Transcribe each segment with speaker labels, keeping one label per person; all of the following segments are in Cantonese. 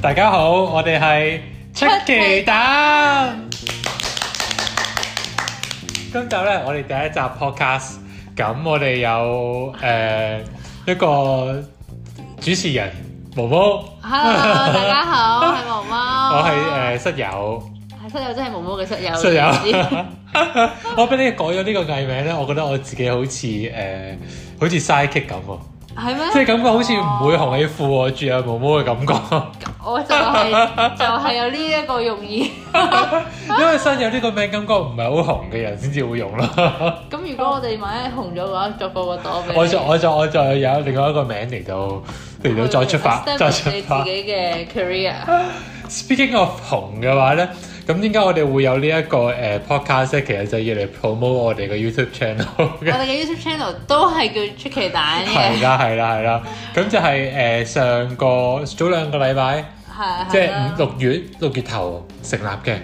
Speaker 1: 大家好，我哋係出奇蛋。今集咧，我哋第一集 podcast，咁我哋有誒、呃一個主持人毛毛，
Speaker 2: Hello，大家好，我係毛毛。
Speaker 1: 我係呃誒室友，
Speaker 2: 係室友，真係毛毛嘅室友。
Speaker 1: 室友
Speaker 2: 你知。
Speaker 1: 我俾你改咗呢個藝名咧，我覺得我自己好似誒、呃好似 sidekick 咁喎，
Speaker 2: 係咩？
Speaker 1: 即係感覺好似唔會紅起褲喎，住有毛毛嘅感覺。
Speaker 2: 我就 係就係有呢一個用意。
Speaker 1: 因為新有呢個名，感覺唔係好紅嘅人先至會用咯。
Speaker 2: 咁如果我哋萬一紅咗嘅話，作個個朵俾你。
Speaker 1: 我再我再我再有另外一個名嚟到嚟到再出發，
Speaker 2: 去
Speaker 1: 再出
Speaker 2: establish
Speaker 1: 發
Speaker 2: 你。自己嘅 career。
Speaker 1: Speaking of 紅嘅話咧，咁點解我哋會有呢、一個誒、呃 podcast 咧？其實就要嚟 promote 我哋嘅 YouTube channel
Speaker 2: 我
Speaker 1: 嘅。
Speaker 2: 哋嘅 YouTube channel 都係叫出奇蛋
Speaker 1: 係啊
Speaker 2: 嘅，
Speaker 1: 啦，係啦，係啦。咁就係、呃上個早兩個禮拜，
Speaker 2: 係
Speaker 1: 即係啊
Speaker 2: 啦
Speaker 1: 五六月六月頭成立嘅，
Speaker 2: 誒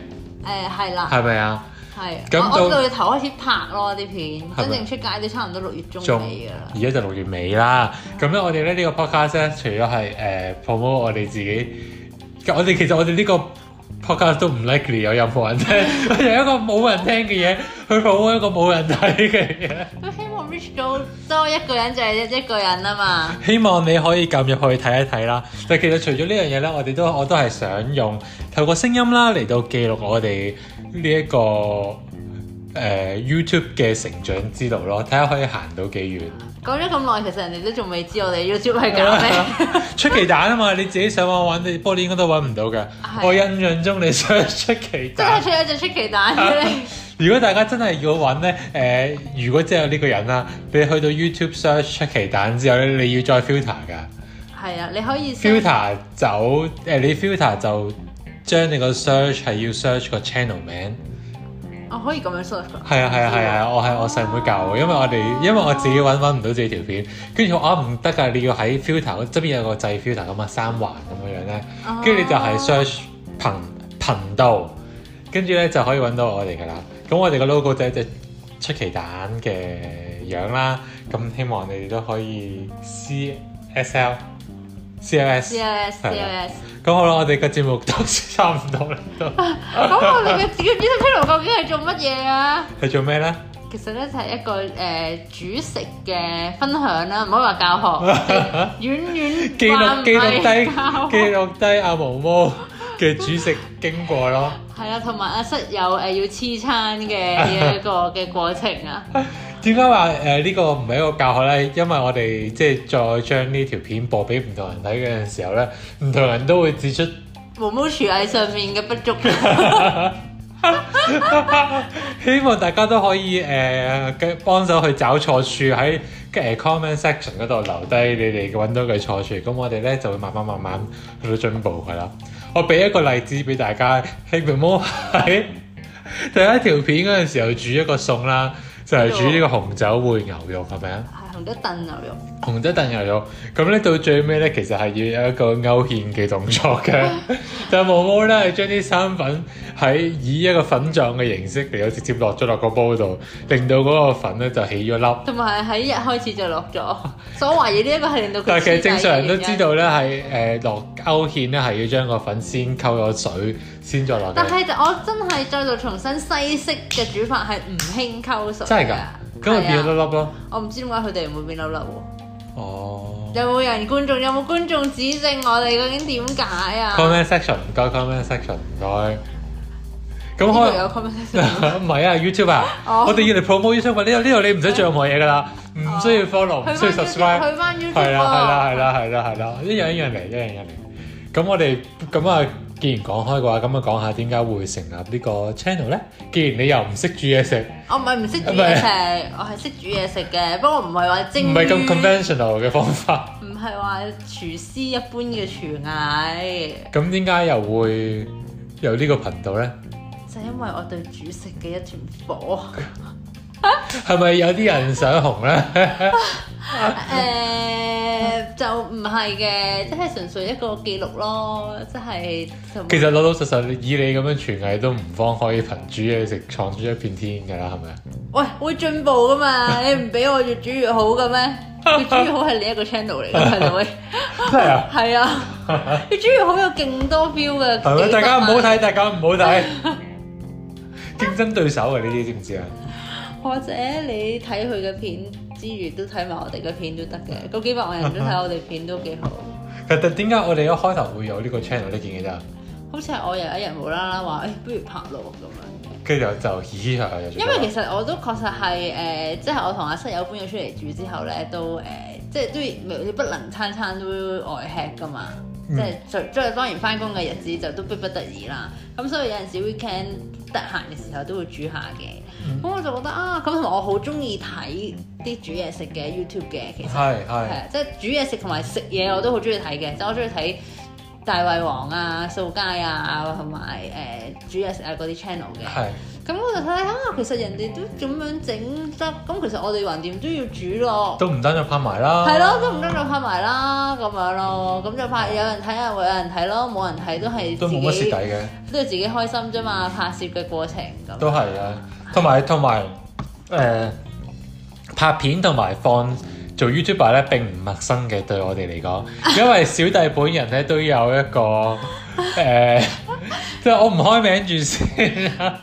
Speaker 2: 係啦，
Speaker 1: 係咪啊？
Speaker 2: 係。
Speaker 1: 咁
Speaker 2: 我我
Speaker 1: 到
Speaker 2: 六月頭開始拍咯啲片，
Speaker 1: 咪
Speaker 2: 真正出街都差唔多六月中
Speaker 1: 仲
Speaker 2: 尾㗎啦。
Speaker 1: 而家就六月尾啦。咁咧，我哋咧呢個 podcast 咧，除咗係誒 promote 我哋自己，我哋其實我哋呢個 podcast 都唔 likely 有任何人聽， 我哋有一個冇人聽嘅嘢去 promote 一個冇人睇嘅嘢。
Speaker 2: 都希望 reach 到多一個人就係一一個人啊嘛。
Speaker 1: 希望你可以撳入去睇一睇啦。但其實除咗呢樣嘢咧，我哋都我都係想用透過聲音啦嚟到記錄我哋呢一個誒、呃 YouTube 嘅成長之路咯，睇下可以行到幾遠。
Speaker 2: 講咗咁耐，其實人哋都仲未知我哋 YouTube 係搞咩。
Speaker 1: 出奇蛋啊嘛，你自己上網揾，你不過你應該都揾唔到嘅。我印象中你想出奇
Speaker 2: 真係
Speaker 1: 蛋
Speaker 2: 出。咗隻出奇蛋出嚟，
Speaker 1: 如果大家真係要揾呢，誒、如果真係有呢個人啦，你去到 YouTube search 出奇蛋之後咧，你要再 filter 㗎。
Speaker 2: 係啊，你可以 search-
Speaker 1: filter 走誒、你 filter 就將你個 search 係要 search 個 channel 名。
Speaker 2: 我可以咁樣 search 㗎。
Speaker 1: 係啊係啊係啊！我係我細妹教我，因為我哋因為我自己揾揾唔到自己條片，跟住我啊唔得㗎，你要喺 filter 嗰側邊有個掣 filter 咁啊三環咁樣樣咧，
Speaker 2: 哦
Speaker 1: 跟住你就係 search 頻頻道，跟住咧就可以揾到我哋㗎啦。咁我哋個 logo 就係一隻出奇蛋嘅樣啦，咁希望你哋都可以 C S L C L S。
Speaker 2: CLS
Speaker 1: 係啊
Speaker 2: CLS。
Speaker 1: 咁好啦，我哋嘅節目都差唔多啦，都
Speaker 2: 咁我哋嘅自己 YouTube channel 究竟係做乜嘢啊？
Speaker 1: 係做咩咧？
Speaker 2: 其實咧就係一個誒煮食嘅分享啦，唔好話教 學， 係啊遠遠
Speaker 1: 記
Speaker 2: 話唔
Speaker 1: 錄
Speaker 2: 係
Speaker 1: 記錄低
Speaker 2: 教學
Speaker 1: 記錄低阿毛毛嘅煮食經過咯。
Speaker 2: 係啦，同埋阿室友誒要黐餐嘅一個嘅過程 啊。
Speaker 1: 點解話誒呢個唔係一個教學咧？因為我哋即係再將呢條片播俾唔同人睇嘅時候咧，唔同人都會指出
Speaker 2: 毛毛廚藝上面嘅不足。
Speaker 1: 希望大家都可以誒嘅、幫手去找錯處喺誒、comment section 嗰度留低你哋揾到嘅錯處，咁我哋咧就會慢慢慢慢去到進步㗎啦。我俾一個例子俾大家，希望唔好喺 第一條片嗰陣時候煮一個餸啦，就係、煮呢個紅酒燴牛肉係咪啊？
Speaker 2: 係紅得燉牛肉，
Speaker 1: 紅酒燉牛肉，咁咧到最尾咧，其實係要有一個勾芡嘅動作 嘅，就毛毛咧係將啲生粉喺以一個粉狀嘅形式嚟到直接落咗落個煲度，令到嗰個粉咧就起咗粒。
Speaker 2: 同埋喺一開始就落咗，所以我懷疑呢一個係令到佢。
Speaker 1: 但係其實正常人都知。道咧，係誒落勾芡咧係要將個粉先溝咗水，先再落嘅
Speaker 2: 但。係我真係再度重新西式嘅煮法係唔興溝熟。
Speaker 1: 真係㗎，咁咪變咗
Speaker 2: 係
Speaker 1: 粒
Speaker 2: 啊
Speaker 1: 粒咯。
Speaker 2: 我唔知點解佢哋唔會變粒粒喎。
Speaker 1: 哦
Speaker 2: 有冇人觀眾有冇觀眾指正我哋究竟點解啊？
Speaker 1: ，comment section 唔該，comment section 唔該。咁
Speaker 2: 呢
Speaker 1: 可
Speaker 2: 度有 comment
Speaker 1: 唔係啊，YouTube 啊，
Speaker 2: 哦
Speaker 1: 我哋要嚟 promote YouTube 啊呢度呢度你唔使做任何嘢噶啦，唔需要 follow，唔需要 subscribe，
Speaker 2: 去翻 YouTube 啊
Speaker 1: 係啦係啦係啦
Speaker 2: 啦。
Speaker 1: 係啦係啦，一樣一樣嚟，一樣一樣嚟。咁我哋咁啊，既然講開嘅話，咁啊講下點解會成立呢個 channel 咧？既然你又唔識煮嘢食，
Speaker 2: 我唔係唔識煮
Speaker 1: 唔係
Speaker 2: 嘢食，我係識煮嘢食嘅，不過唔係話蒸。
Speaker 1: 唔係咁 conventional 嘅方法，
Speaker 2: 唔係話廚師一般嘅廚藝，
Speaker 1: 咁點解又會有呢個頻道咧？
Speaker 2: 就因為我對煮食嘅一團火。
Speaker 1: 係咪有啲人想紅咧？
Speaker 2: 誒、就唔係嘅，即係純粹一個記錄咯，即係就
Speaker 1: 其實老老實實，以你咁樣廚藝都唔方可以憑煮嘢食闖出一片天㗎啦，係咪啊？
Speaker 2: 喂會進步噶嘛，你唔俾我越煮越好嘅咩？佢主要好係你一個 channel 嚟㗎，係咪？
Speaker 1: 真係啊！
Speaker 2: 係啊， 佢主要好有勁多啊 view 嘅。
Speaker 1: 係咪？
Speaker 2: 幾
Speaker 1: 大
Speaker 2: 百
Speaker 1: 家唔好
Speaker 2: 萬
Speaker 1: 睇，大家唔好睇。競爭對手啊！呢啲知唔知啊？
Speaker 2: 或者你睇佢嘅片之餘，都睇埋我哋嘅片都得嘅。嗰幾百萬人都睇我哋片都幾好。
Speaker 1: 其實點解我哋一開頭會有呢個 channel 呢件嘢啫？
Speaker 2: 好似係我有一日無啦啦話，誒、哎不如拍咯咁樣嘅。
Speaker 1: 跟住就就嘻嘻哈哈又做
Speaker 2: 因
Speaker 1: 咗啦。
Speaker 2: 為其實我都確實係誒、呃即係我同阿室友搬咗出嚟住之後咧，都誒、呃即係都你不能餐餐都外吃噶嘛。
Speaker 1: 嗯
Speaker 2: 即係除即係當然翻工嘅日子就都逼不得已啦。咁所以有陣時 weekend 得閒嘅時候都會煮下嘅。
Speaker 1: 嗯
Speaker 2: 咁、我就覺得啊，咁同埋我好中意睇啲煮嘢食嘅 YouTube 嘅，其實
Speaker 1: 係係
Speaker 2: 係啊即係煮嘢食同埋食嘢我都好中意睇嘅，即係我中意睇大胃王啊、掃街啊，同埋誒煮嘢食啊嗰啲 channel 嘅。
Speaker 1: 係
Speaker 2: 咁我就睇睇啊，其實人哋都咁樣整得，咁其實我哋橫掂都要煮咯，
Speaker 1: 都唔單止拍埋啦。
Speaker 2: 係咯，都唔得就拍埋啦，咁樣咯，咁就拍有人睇啊，有人睇咯，冇人睇都係
Speaker 1: 都冇乜
Speaker 2: 自
Speaker 1: 蝕
Speaker 2: 己
Speaker 1: 底嘅，
Speaker 2: 都係自己開心啫嘛，拍攝嘅過程咁。
Speaker 1: 都係啊。同埋同埋誒拍片同埋放做 YouTuber 咧並唔陌生嘅對我哋嚟講，因為小弟本人咧都有一個誒，呃即係我唔開名住先啦，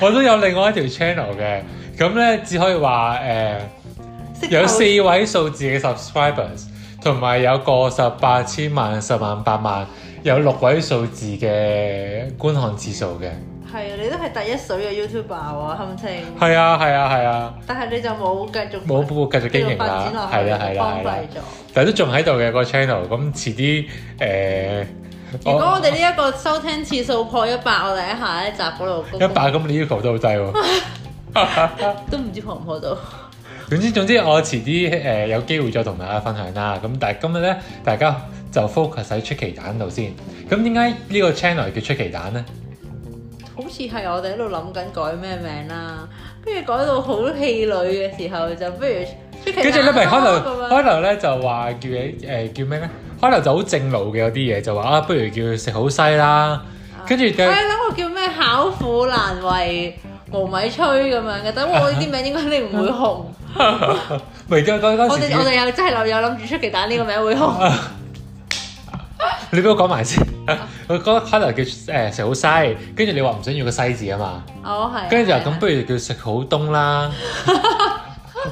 Speaker 1: 我都有另外一條 channel 嘅，咁咧只可以話誒。呃
Speaker 2: 識
Speaker 1: 有
Speaker 2: 投
Speaker 1: 四位數字嘅 subscribers，同埋有個十八千萬、十萬、八萬，有六位數字嘅觀看次數嘅。
Speaker 2: 係啊，你都係第一水嘅 YouTuber 喎，堪稱。
Speaker 1: 係啊，係啊，係啊，
Speaker 2: 但係你就冇繼續
Speaker 1: 冇冇繼續經營
Speaker 2: 發
Speaker 1: 啦
Speaker 2: 展，落去，
Speaker 1: 係啦，啊係啦，
Speaker 2: 荒
Speaker 1: 係啦
Speaker 2: 廢，咗。
Speaker 1: 但係都仲喺度嘅個 channel。咁遲啲誒，
Speaker 2: 如果我哋呢一個收聽次數破一百，我哋喺下一集嗰度公
Speaker 1: 一百咁，你要求都好低喎。
Speaker 2: 都唔知破唔破到。
Speaker 1: 總之總之，我遲啲誒有機會再同大家分享啦。咁但係今日咧，大家就 focus 喺出奇蛋度先。咁點解呢個 channel 叫出奇蛋咧？
Speaker 2: 好似係我哋喺度諗緊改咩名啦，跟住改到好氣餒嘅時候，就不如出奇蛋啦啊
Speaker 1: 跟住咧，咪開頭
Speaker 2: 咁樣
Speaker 1: 開頭咧就話叫你誒、叫咩咧？開頭就好正路嘅有啲嘢，就話啊，不如叫食好西
Speaker 2: 啊
Speaker 1: 啦。跟住
Speaker 2: 我
Speaker 1: 嘅
Speaker 2: 係諗過叫咩巧婦難為無米炊咁樣嘅，但我呢啲名應該你唔會 紅。
Speaker 1: 咪嗰嗰
Speaker 2: 我
Speaker 1: 嗰時
Speaker 2: 哋我哋又真係有諗住出奇蛋呢 個名會紅，
Speaker 1: 你俾我講埋先。我覺得開頭叫誒、食好西，跟住你話唔想要個西字啊嘛，
Speaker 2: 哦係。
Speaker 1: 跟住就咁，不如叫食好東啦。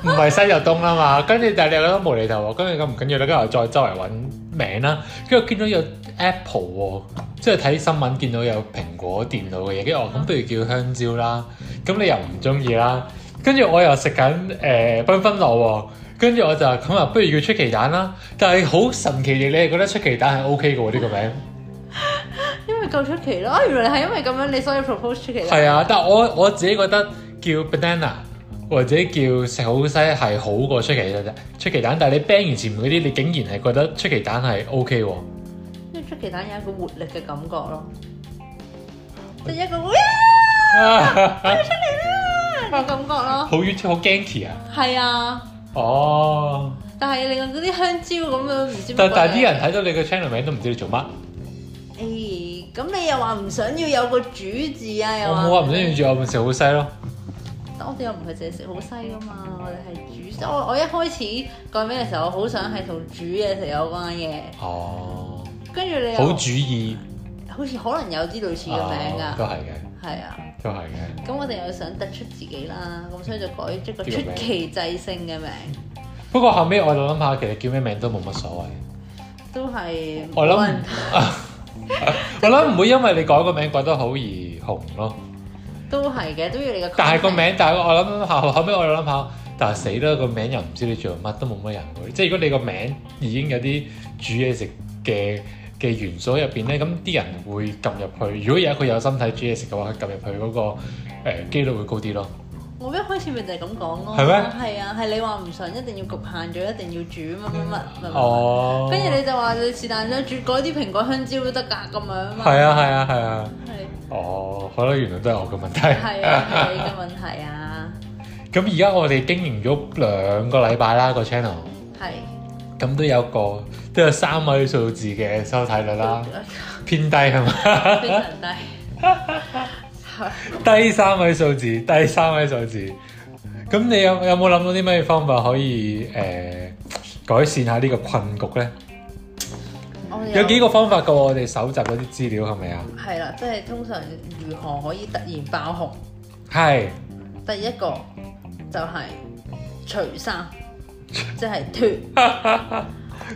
Speaker 1: 唔係西就東啦嘛，跟住但係你又覺得無厘頭喎，跟住咁唔緊要啦，跟住我再周圍揾名啦，跟住見到有 Apple 喎，即係睇新聞見到有蘋果電腦嘅嘢，跟住我咁不如叫香蕉啦，咁你又唔中意啦，跟住我又食緊誒繽紛樂喎，跟住我就咁啊，不如叫出奇蛋啦，但係好神奇地你係覺得出奇蛋係 OK 嘅喎呢個名，
Speaker 2: 因為夠出奇咯。啊原來係因為咁樣你所以 propose 出奇蛋。
Speaker 1: 係啊，但係我我自己覺得叫 banana 或者叫食好西係好過出奇蛋，出奇蛋，但係你 ban 完前面嗰啲，你竟然係覺得出奇蛋係 OK 喎。
Speaker 2: 因為出奇蛋有一個活力嘅感覺咯，即係一個哇嘅感覺咯。
Speaker 1: 好 YouTube 好 ganky 啊！
Speaker 2: 係啊，
Speaker 1: 哦，
Speaker 2: 但係你嗰啲香蕉咁樣唔知乜鬼嘢。
Speaker 1: 但但係啲人睇到你個 channel 名都唔知你做乜，
Speaker 2: 誒，哎咁你又話唔想要有個主字啊？又
Speaker 1: 我冇話唔想要住我咪食好西咯。
Speaker 2: 我哋又唔係淨係食好西噶嘛，我哋係煮。我我一開始改名嘅時候，我好想係同煮嘢食有關嘅，
Speaker 1: 哦，
Speaker 2: 跟住你又
Speaker 1: 好主意
Speaker 2: 好似可能有啲類似嘅名
Speaker 1: 哦
Speaker 2: 㗎，
Speaker 1: 都係嘅，
Speaker 2: 係啊。
Speaker 1: 都係嘅。
Speaker 2: 咁我哋又想突出自己啦，咁所以就改咗個
Speaker 1: 呢個
Speaker 2: 出
Speaker 1: 名
Speaker 2: 奇制勝嘅名，
Speaker 1: 不過後尾我就諗下，其實叫咩名都冇乜所謂。
Speaker 2: 都係
Speaker 1: 我
Speaker 2: 冇
Speaker 1: 諗
Speaker 2: 人，
Speaker 1: 我諗唔會因為你改個名改得好而紅咯。
Speaker 2: 都係嘅，都要你嘅。
Speaker 1: 但係個名，但係我諗下，後尾我諗下，但係死啦個名又唔知你做乜，都冇乜人會。即係如果你個名已經有啲煮嘢食嘅嘅元素喺入邊咧，咁啲人會撳入去。如果有一個有心睇煮嘢食嘅話，佢撳入去嗰、個誒、呃、機率會高啲咯。
Speaker 2: 我一開始咪就係咁講咯，
Speaker 1: 係咩
Speaker 2: 係啊，係你話唔想，一定要局限咗，一定要煮乜乜乜乜乜。
Speaker 1: 哦，
Speaker 2: 跟住你就話你是但想煮改啲蘋果香蕉都得㗎咁樣嘛。
Speaker 1: 係啊係啊係啊，
Speaker 2: 係，
Speaker 1: 哦，好啦，原來都係我嘅問題。
Speaker 2: 係啊，係你嘅問題啊，
Speaker 1: 咁而家我哋經營咗兩個禮拜啦個 channel，
Speaker 2: 係。
Speaker 1: 咁都有個都有三位數字嘅收睇率 啦，偏低係嘛？
Speaker 2: 非常低。係
Speaker 1: 低三位數字，低三位數字。咁你有有冇諗到啲咩方法可以誒、改善下呢個困局咧？
Speaker 2: 我哋
Speaker 1: 有幾個方法噶，我哋搜集嗰啲資料係咪啊？
Speaker 2: 係啦，即係通常如何可以突然爆紅？
Speaker 1: 係
Speaker 2: 第一個就係除 衫，即係脱。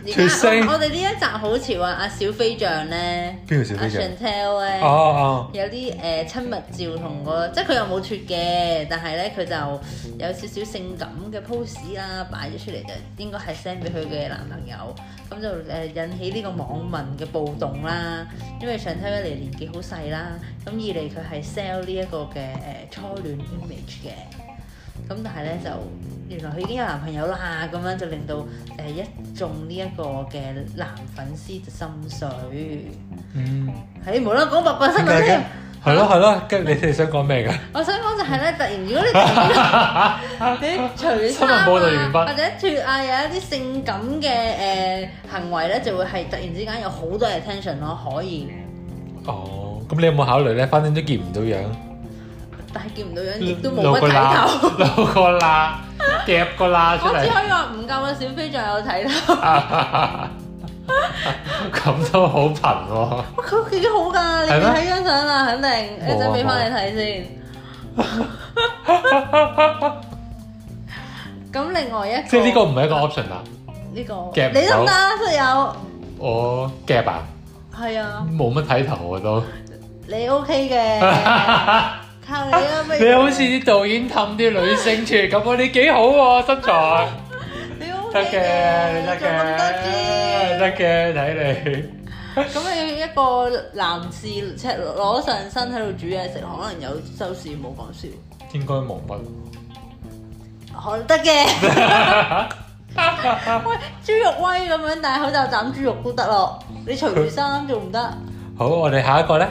Speaker 1: 除
Speaker 2: 而
Speaker 1: 衫
Speaker 2: 家我我哋呢一集好似話阿小飛象咧，
Speaker 1: 邊個小
Speaker 2: 阿
Speaker 1: 飛象？
Speaker 2: Chantel 咧。
Speaker 1: 啊哦哦，
Speaker 2: 啊有啲誒、呃、親密照同個，即係佢又冇脱嘅，但係咧佢就有少少性感嘅 pose 啦，擺咗出嚟就應該係 send 俾佢嘅男朋友，咁就誒、呃引起呢個網民嘅暴動啦。因為 Chantel 一嚟年紀好細啦，咁二嚟佢係 sell 呢一個嘅誒、呃初戀 image 嘅，咁但係咧就原來佢已經有男朋友啦，咁樣就令到誒、呃一眾呢一個嘅男粉絲就心水。
Speaker 1: 嗯，
Speaker 2: 係無啦啦講八卦新
Speaker 1: 點解
Speaker 2: 聞
Speaker 1: 嘅
Speaker 2: 添。
Speaker 1: 係咯係咯，跟住你哋想講咩㗎？
Speaker 2: 我想講就係咧，突然如果你突然你除
Speaker 1: 新
Speaker 2: 衫
Speaker 1: 聞報導完
Speaker 2: 啊，
Speaker 1: 畢
Speaker 2: 或者脱啊，有一啲性感嘅誒、呃行為咧，就會係突然之間有好多 attention 咯，可以，
Speaker 1: 哦，咁你有冇考慮咧？反正都見唔到樣，
Speaker 2: 但係見唔到樣，亦都冇
Speaker 1: 露
Speaker 2: 乜
Speaker 1: 個
Speaker 2: 睇頭。
Speaker 1: 罅， 露個罅，夾個 罅出
Speaker 2: 我只
Speaker 1: 嚟，
Speaker 2: 可以話唔夠啊，小飛象有睇 頭，
Speaker 1: 咁都好貧喎。
Speaker 2: 哇佢幾好㗎，你
Speaker 1: 係咩
Speaker 2: 要睇張相啦，肯定，一
Speaker 1: 冇啊
Speaker 2: 陣俾翻你睇先。咁另外一個，
Speaker 1: 即係呢個唔係一個 option 啊啦。
Speaker 2: 呢個，
Speaker 1: 夾唔
Speaker 2: 你得唔得啊？室友，
Speaker 1: 我夾啊，
Speaker 2: 係啊。
Speaker 1: 冇乜睇頭我都。
Speaker 2: 你 OK 嘅，靠你啊啦，不如
Speaker 1: 你好似啲導演氹啲女星出嚟咁喎，你幾好喎身 材。
Speaker 2: 你 OK
Speaker 1: 得嘅，你得
Speaker 2: 做咁多
Speaker 1: 嘅，得嘅，睇你。
Speaker 2: 啲，咁你一個男士赤裸上身喺度煮嘢食，可能有收視冇講笑，
Speaker 1: 應該冇乜。
Speaker 2: 可能得嘅。喂，豬肉威咁樣戴口罩斬豬肉都得咯，你除住衫仲 唔得？
Speaker 1: 好，我哋下一個咧。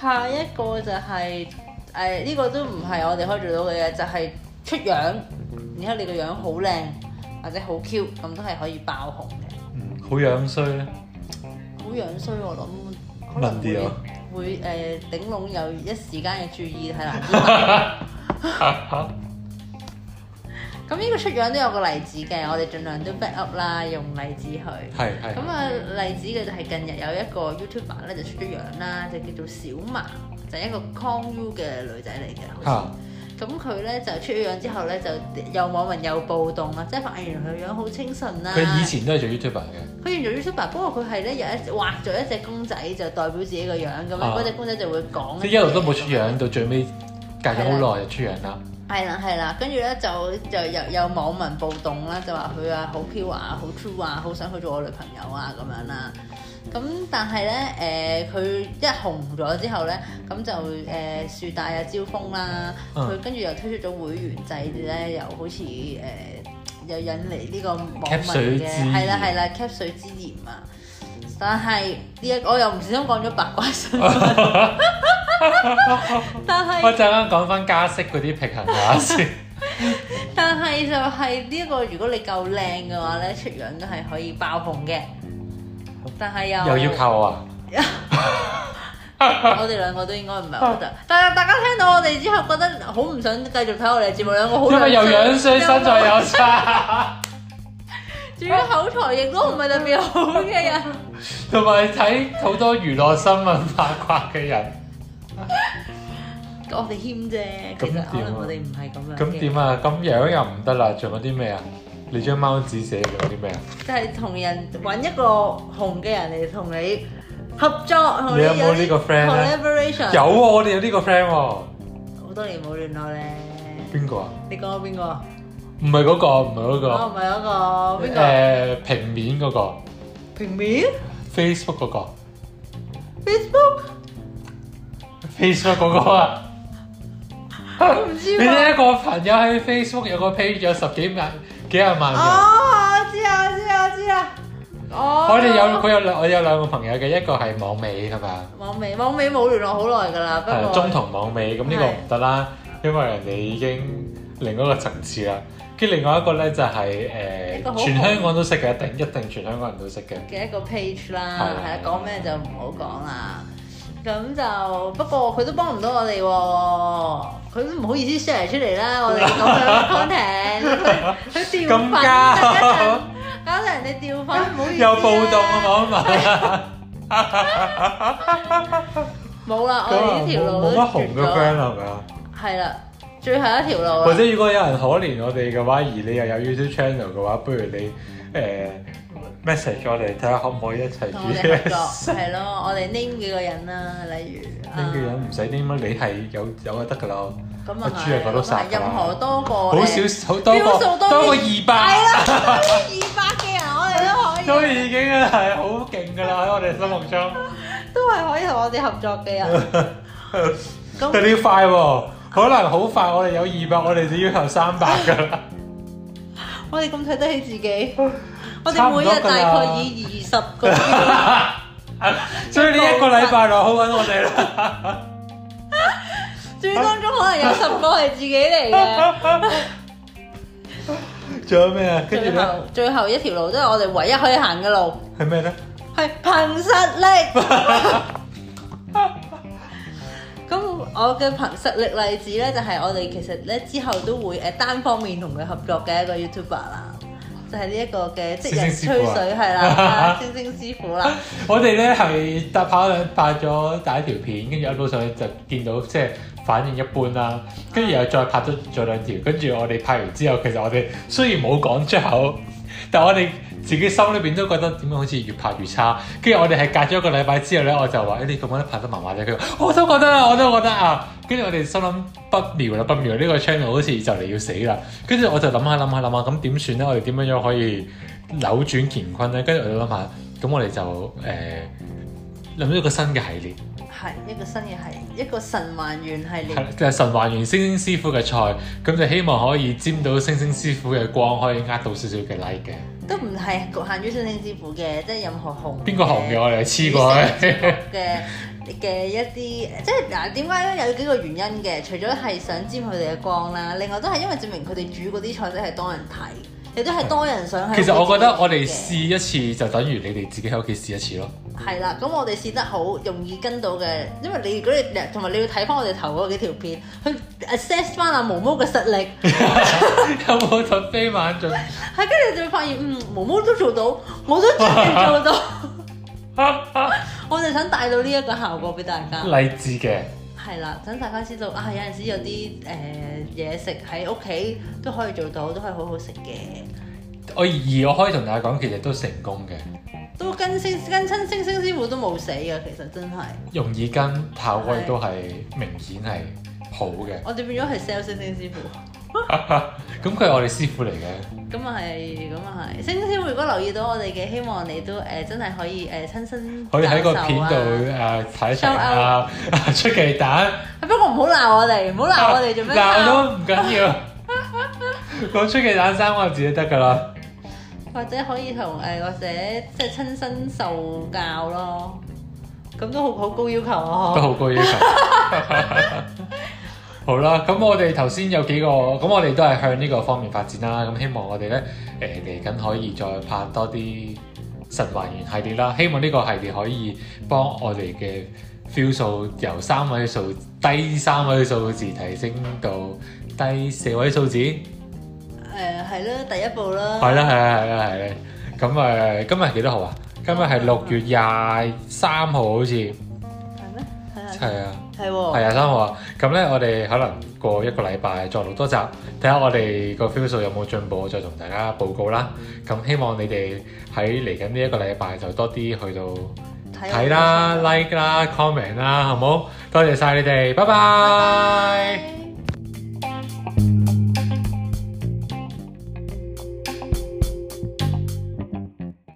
Speaker 2: 下一個就係誒呢個都唔係我哋可以做到嘅嘢，就係、出樣，然後你個樣好靚或者好 Q，咁都係可以爆紅嘅。
Speaker 1: 嗯好樣衰 咧。
Speaker 2: 好樣衰我諗，可
Speaker 1: 問
Speaker 2: 能
Speaker 1: 啲啊
Speaker 2: 會會誒、呃、頂籠有一時間嘅注意係難啲揾。 咁呢個出樣都有個例子嘅，我哋盡量都 back up 啦，用例子去。
Speaker 1: 係係
Speaker 2: 咁。啊，例子嘅就係近日有一個 YouTuber 咧就出咗樣啦，就叫做小麻，就係一個 Con U 嘅女仔嚟嘅。好似
Speaker 1: 嚇
Speaker 2: 咁佢咧就出咗樣之後咧，就有網民有暴動啊，即係發現原來佢樣好清純啊啦。
Speaker 1: 佢以前都係做 YouTuber 嘅。
Speaker 2: 佢原做 YouTuber，不過佢係咧有一隻畫咗一隻公仔，就代表自己個樣咁樣，
Speaker 1: 啊
Speaker 2: 嗰只公仔就會講。
Speaker 1: 即係一路都冇出樣，。到最尾隔咗好耐就出樣啦。
Speaker 2: 係啦係啦，跟住咧就就有有網民暴動啦，就話佢啊好 pure 啊，好 true 啊，好想佢做我女朋友啊咁樣啦。咁但係咧誒，佢、一紅咗之後咧，咁就誒、呃、樹大啊招風啦，
Speaker 1: 嗯
Speaker 2: 佢跟住又推出咗會員制咧，又好似誒、呃又引嚟呢個網
Speaker 1: 吸水
Speaker 2: 民
Speaker 1: 之
Speaker 2: 嘅
Speaker 1: 嫌
Speaker 2: 係啦係啦，吸水之嫌啊！但係呢一我又唔小心講咗八卦新聞， 但係
Speaker 1: 我陣間講翻加息嗰啲平衡下 先。
Speaker 2: 但係就係呢、個，如果你夠靚嘅話咧，出樣都係可以爆紅嘅。但係又
Speaker 1: 又要靠我啊！
Speaker 2: 我哋兩個都應該唔係好 得。但係大家聽到我哋之後，覺得好唔想繼續睇我哋節目，兩個好
Speaker 1: 因為又樣
Speaker 2: 樣
Speaker 1: 衰，身材又 差，
Speaker 2: 仲要口才亦都唔係特別好嘅 人。
Speaker 1: 同埋睇好多娛樂新聞八卦嘅人，
Speaker 2: 我哋謙啫，其實可能我哋唔係咁樣
Speaker 1: 咁
Speaker 2: 嘅，
Speaker 1: 點啊？咁樣又唔得啦，仲有啲咩啊？你張貓紙寫咗啲咩啊？
Speaker 2: 就係同人揾一個紅嘅人嚟同你合作，同
Speaker 1: 你有冇呢個 friend 咧
Speaker 2: collaboration？
Speaker 1: 有啊，我哋有呢個 friend 喎，
Speaker 2: 好多年冇聯絡咧。
Speaker 1: 邊個啊？
Speaker 2: 你講邊個？
Speaker 1: 唔係嗰個，唔係嗰
Speaker 2: 我
Speaker 1: 個，
Speaker 2: 唔係嗰個哦邊個？
Speaker 1: 誒平面嗰個
Speaker 2: 平面
Speaker 1: ，Facebook 嗰個
Speaker 2: Facebook，
Speaker 1: ，Facebook 嗰個啊！
Speaker 2: 我唔知
Speaker 1: 你呢
Speaker 2: 喎。
Speaker 1: 一個朋友喺 Facebook 有個 page 有十幾萬幾廿萬人。
Speaker 2: 哦，我知啊，我知啊，我知啊。哦，
Speaker 1: 我哋有佢有兩我有兩個朋友嘅，一個係網美係啊嘛，
Speaker 2: 網美，網美冇聯絡好耐㗎啦，不
Speaker 1: 係
Speaker 2: 過
Speaker 1: 中同網美，咁呢個
Speaker 2: 係
Speaker 1: 唔得啦，因為人哋已經另一個層次啦。跟住另外一個咧就係、
Speaker 2: 一個
Speaker 1: 誒、
Speaker 2: 好紅
Speaker 1: 全香港都識嘅，一定一定全香港人都識嘅。
Speaker 2: 嘅一個 page 啦，
Speaker 1: 係
Speaker 2: 係啦，講咩 à. ờ, 就唔好講啦。咁就不過佢都幫唔到我哋喎。佢都唔好意思 share 出嚟啦，我哋咁樣 content，佢佢調
Speaker 1: 咁
Speaker 2: 粉
Speaker 1: 加
Speaker 2: 啊一陣搞到人哋調粉，唔好意思
Speaker 1: 有暴動啊！
Speaker 2: 啊
Speaker 1: 我諗
Speaker 2: 冇啦，
Speaker 1: 咁啊
Speaker 2: 我哋呢
Speaker 1: 冇
Speaker 2: 條路
Speaker 1: 冇
Speaker 2: 都
Speaker 1: 乜紅
Speaker 2: 絕
Speaker 1: 嘅 friend
Speaker 2: 咗，
Speaker 1: 係咪啊？
Speaker 2: 係啦，最後一條路
Speaker 1: 或
Speaker 2: 啦，
Speaker 1: 者如果有人可憐我哋嘅話，而你又有 YouTube channel 嘅話，不如你誒 message 我哋睇下可唔可以一齊
Speaker 2: 同我哋合
Speaker 1: 煮
Speaker 2: 作
Speaker 1: 嘢。
Speaker 2: 係咯，我哋 name 幾個人啦，例如啊
Speaker 1: 呢個人唔使啲乜，你係有有就得㗎啦。
Speaker 2: 咁
Speaker 1: 阿
Speaker 2: 啊
Speaker 1: 豬係覺得殺㗎啦
Speaker 2: 任何多個
Speaker 1: 好少好多
Speaker 2: 標
Speaker 1: 個
Speaker 2: 數多啲
Speaker 1: 多過二
Speaker 2: 係
Speaker 1: 百，
Speaker 2: 啦，二百嘅人我哋 都
Speaker 1: 都
Speaker 2: 可以，
Speaker 1: 已經係好勁㗎啦喺我哋心目中。
Speaker 2: 都係可以同我哋合作嘅人。 咁
Speaker 1: 但你要快喎，可能好快我哋有二百，我哋就要求三百㗎啦。
Speaker 2: 我哋咁睇得起自 己，我
Speaker 1: 差
Speaker 2: 哋
Speaker 1: 唔多
Speaker 2: 每日大概以二十 個標
Speaker 1: 所以呢一個禮拜內好揾我哋啦。
Speaker 2: 最當中可能有十個係啊自己嚟嘅。
Speaker 1: 仲有咩啊？跟住
Speaker 2: 最
Speaker 1: 咧
Speaker 2: 後最後一條路都係我哋唯一可以行嘅路，
Speaker 1: 係咩咧？
Speaker 2: 係憑實力。咁我嘅憑實力例子咧，就係、我哋其實咧之後都會誒單方面同佢合作嘅一個 YouTuber 啦，就係呢一個嘅即人
Speaker 1: 星星
Speaker 2: 吹
Speaker 1: 師傅啊
Speaker 2: 水係啦，啊星星師傅啦。
Speaker 1: 我哋咧係搭跑兩拍咗第一條片，跟住 upload 上去就見到即係反應一般啦。跟住又再拍咗咗兩條，跟住我哋拍完之後，其實我哋雖然冇講出口，但我哋自己心裏邊都覺得點解好似越拍越差。跟住我哋係隔咗一個禮拜之後咧，我就話：誒、你咁樣拍得麻麻啫。佢話：我都覺得啊，我都覺得啊。跟住我哋心諗不妙啦，不妙！呢、個 channel 好似就嚟要死啦。跟住我就諗下諗下諗下，咁點算咧？我哋點樣樣可以扭轉乾坤咧？跟住我就諗下。咁我哋就誒諗咗一個新嘅系列，
Speaker 2: 係一個新嘅係一個神還原系列，
Speaker 1: 係就係神還原星星師傅嘅菜，咁就希望可以沾到星星師傅嘅光，可以呃到少少嘅 like 嘅。
Speaker 2: 都唔係局限於星星師傅嘅，即係任何紅
Speaker 1: 邊個行啊嘅我 哋黐過去，
Speaker 2: 嘅嘅一啲，即係嗱點解咧？有幾個原因嘅，除咗係想沾佢哋嘅光啦，另外都係因為證明佢哋煮嗰啲菜式係多人睇，亦都係多人想喺
Speaker 1: 其實我覺得我哋
Speaker 2: 屋企
Speaker 1: 試
Speaker 2: 自己
Speaker 1: 一次就等於你哋自己喺屋企試一次咯。
Speaker 2: 煮嘅係啦，咁我哋試得好，容易跟到嘅，因為你如果你同埋你要睇翻我哋頭嗰幾條片，去 assess 翻阿毛毛嘅實 力，
Speaker 1: 有冇突飛猛進？
Speaker 2: 係跟住就會發現，嗯，毛毛都做到，我都真係做到，我哋想帶到呢一個效果俾大 家。
Speaker 1: 勵志嘅，
Speaker 2: 係啦，等大家知道啊，有陣時有啲誒嘢食喺屋企都可以做到，都係好好食嘅。
Speaker 1: 我而我可以同大家講，其實都成功嘅，
Speaker 2: 都跟星跟親星星師傅都冇死嘅，其實真係。
Speaker 1: 容易跟效果亦都係明顯係好嘅。
Speaker 2: 我哋變咗係 sell 星星師傅，
Speaker 1: 咁佢係我哋師傅嚟嘅。
Speaker 2: 咁啊係，咁啊係。星星師傅如果留意到我哋嘅，希望你都誒、真係可以誒、親身
Speaker 1: 可以喺個
Speaker 2: 感受
Speaker 1: 片度
Speaker 2: 啊。
Speaker 1: 誒睇場啊， 出奇蛋，
Speaker 2: 不過唔好鬧我哋，唔好鬧我哋做 咩？
Speaker 1: 鬧都唔緊要， 講出奇蛋三個字就得㗎啦。
Speaker 2: 或者可以同誒、或者即係親身受教咯。咁都好好高要求啊！
Speaker 1: 都
Speaker 2: 嗬
Speaker 1: 好高 要求。好啦，咁我哋頭先有幾個，咁我哋都係向呢個方面發展啦。咁希望我哋咧誒嚟緊可以再拍多啲神還原系列啦。希望呢個系列可以幫我哋嘅 feel 數由三位數低三位數字提升到低四位數字。
Speaker 2: 誒係啦，第一步啦。
Speaker 1: 係啦，係啦，係啦，係啦。咁誒，今日係幾多號啊？今日係六月廿三號，好似
Speaker 2: 係咩？係係
Speaker 1: 係啊，
Speaker 2: 係
Speaker 1: 係
Speaker 2: 喎，
Speaker 1: 廿三號啊。咁咧，我哋可能過一個禮拜再錄多集，睇下我哋個 feel 數有冇進步，再同大家報告啦。咁希望你哋喺嚟緊呢一個禮拜就多啲去到睇啦、like 啦、comment 啦，好冇？多謝晒你哋，拜拜。
Speaker 2: 拜拜